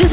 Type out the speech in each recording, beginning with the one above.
this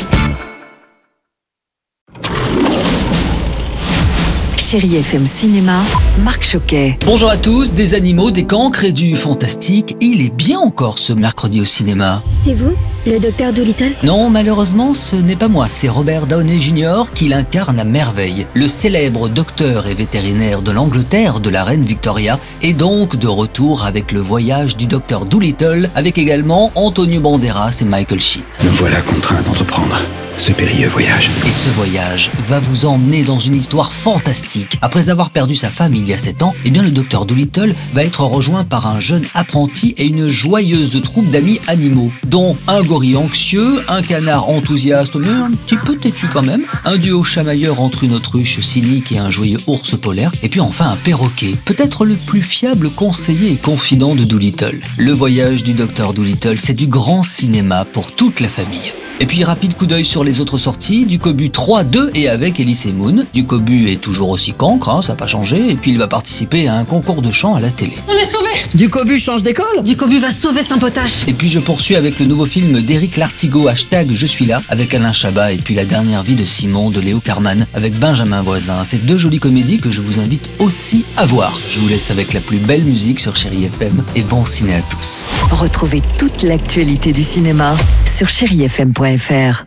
Chérie FM Cinéma, Marc Choquet. Bonjour à tous, des animaux, des cancres et du fantastique. Il est bien encore ce mercredi au cinéma. C'est vous, le docteur Doolittle Non, malheureusement, ce n'est pas moi, c'est Robert Downey Jr. qui l'incarne à merveille. Le célèbre docteur et vétérinaire de l'Angleterre de la reine Victoria est donc de retour avec le voyage du docteur Doolittle, avec également Antonio Banderas et Michael Sheen. Nous voilà contraints d'entreprendre ce périlleux voyage. Et ce voyage va vous emmener dans une histoire fantastique. Après avoir perdu sa femme il y a 7 ans, eh bien le docteur Doolittle va être rejoint par un jeune apprenti et une joyeuse troupe d'amis animaux, dont un gorille anxieux, un canard enthousiaste mais un petit peu têtu quand même, un duo chamailleur entre une autruche cynique et un joyeux ours polaire, et puis enfin un perroquet, peut-être le plus fiable conseiller et confident de Doolittle. Le voyage du docteur Doolittle, c'est du grand cinéma pour toute la famille. Et puis rapide coup d'œil sur les autres sorties, du Cobu 3, 2 et avec Elise et Moon. Du Cobu est toujours aussi cancre, hein, ça n'a pas changé, et puis il va participer à un concours de chant à la télé. On est sauvés. Ducobu change d'école Ducobu va sauver Saint-Potache. Et puis je poursuis avec le nouveau film d'Éric Lartigot, hashtag Je suis là, avec Alain Chabat, et puis La dernière vie de Simon de Léo Carman, avec Benjamin Voisin. C'est deux jolies comédies que je vous invite aussi à voir. Je vous laisse avec la plus belle musique sur Chéri FM, et bon ciné à tous. Retrouvez toute l'actualité du cinéma sur chérifm.fr.